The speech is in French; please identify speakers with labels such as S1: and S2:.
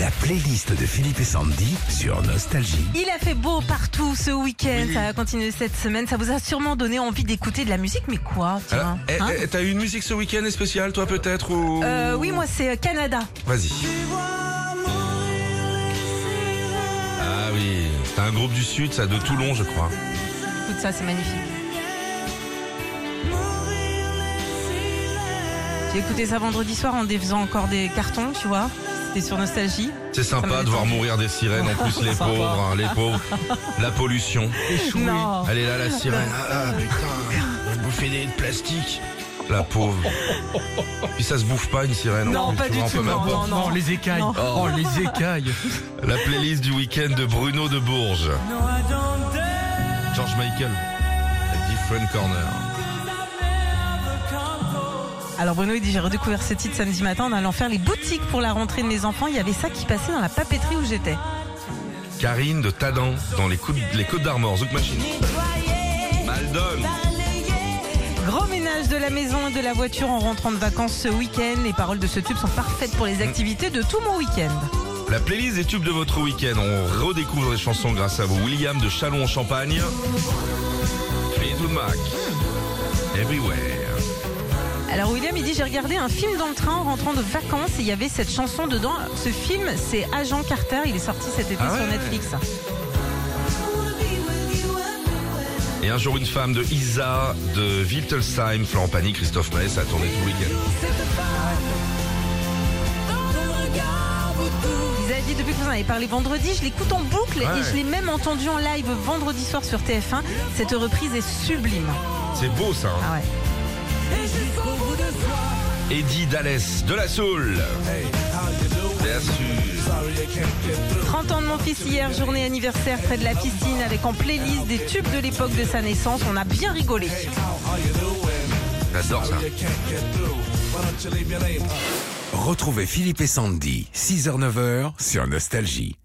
S1: La playlist de Philippe et Sandy sur Nostalgie.
S2: Il a fait beau partout ce week-end, ça va continuer cette semaine. Ça vous a sûrement donné envie d'écouter de la musique, mais quoi tiens,
S3: Alors, eh,
S2: hein
S3: eh, oh. T'as eu une musique ce week-end spéciale, toi peut-être ou...
S2: Euh, Oui, moi c'est euh, Canada.
S3: Vas-y. Ah oui, c'est un groupe du Sud, ça, de Toulon, je crois.
S2: Écoute ça, c'est magnifique. J'ai écouté ça vendredi soir en défaisant encore des cartons, tu vois. C'était sur Nostalgie.
S3: C'est
S2: Ça
S3: sympa
S2: m'a
S3: de voir
S2: détendu.
S3: mourir des sirènes, en plus les pauvres, hein, les pauvres, la pollution.
S2: Non.
S3: Elle est là, la sirène. Ah putain, elle bouffait des plastiques. La pauvre. Puis ça se bouffe pas une sirène.
S2: Non,
S3: en plus,
S2: pas
S3: tu
S2: du
S3: vois, on
S2: tout,
S3: peut même
S2: non,
S3: pas.
S2: non, non.
S4: les écailles.
S2: Non.
S4: Oh, les écailles.
S3: La playlist du week-end de Bruno de Bourges. George Michael. A different corner.
S2: Alors Bruno, il dit j'ai redécouvert ce titre samedi matin en allant faire les boutiques pour la rentrée de mes enfants. Il y avait ça qui passait dans la papeterie où j'étais.
S3: Karine de Tadan dans les, Côtes- les Côtes d'Armor, Zouk Machine. Maldon.
S2: Gros ménage de la maison et de la voiture en rentrant de vacances ce week-end. Les paroles de ce tube sont parfaites pour
S3: Mm.
S2: les activités de tout mon week-end.
S3: La playlist des tubes de votre week-end. On redécouvre les chansons grâce à vous. William de Chalon en Champagne. Fleetwood Mac. Everywhere.
S2: Alors William, il dit j'ai regardé un film dans le train en rentrant de vacances et il y avait cette chanson dedans. Ce film, c'est Agent Carter. Il est sorti cet été
S3: Ah
S2: sur
S3: ouais.
S2: Netflix.
S3: Et un jour une femme de Isa de Wiltelsheim, Florent Pagny, Christophe Maé, ça a tourné tout le week-end.
S2: Ils avaient dit depuis que vous en avez parlé vendredi, je l'écoute en boucle
S3: Ouais.
S2: et je l'ai même entendu en live vendredi soir sur TF1. Cette reprise est sublime.
S3: C'est beau ça. hein.
S2: Ah ouais.
S3: Eddie Dallès de la Soul. Bien sûr.
S2: 30 ans de mon fils hier, journée anniversaire près de la piscine avec en playlist des tubes de l'époque de sa naissance. On a bien rigolé.
S3: J'adore ça.
S1: Retrouvez Philippe et Sandy, 6h-9h sur Nostalgie.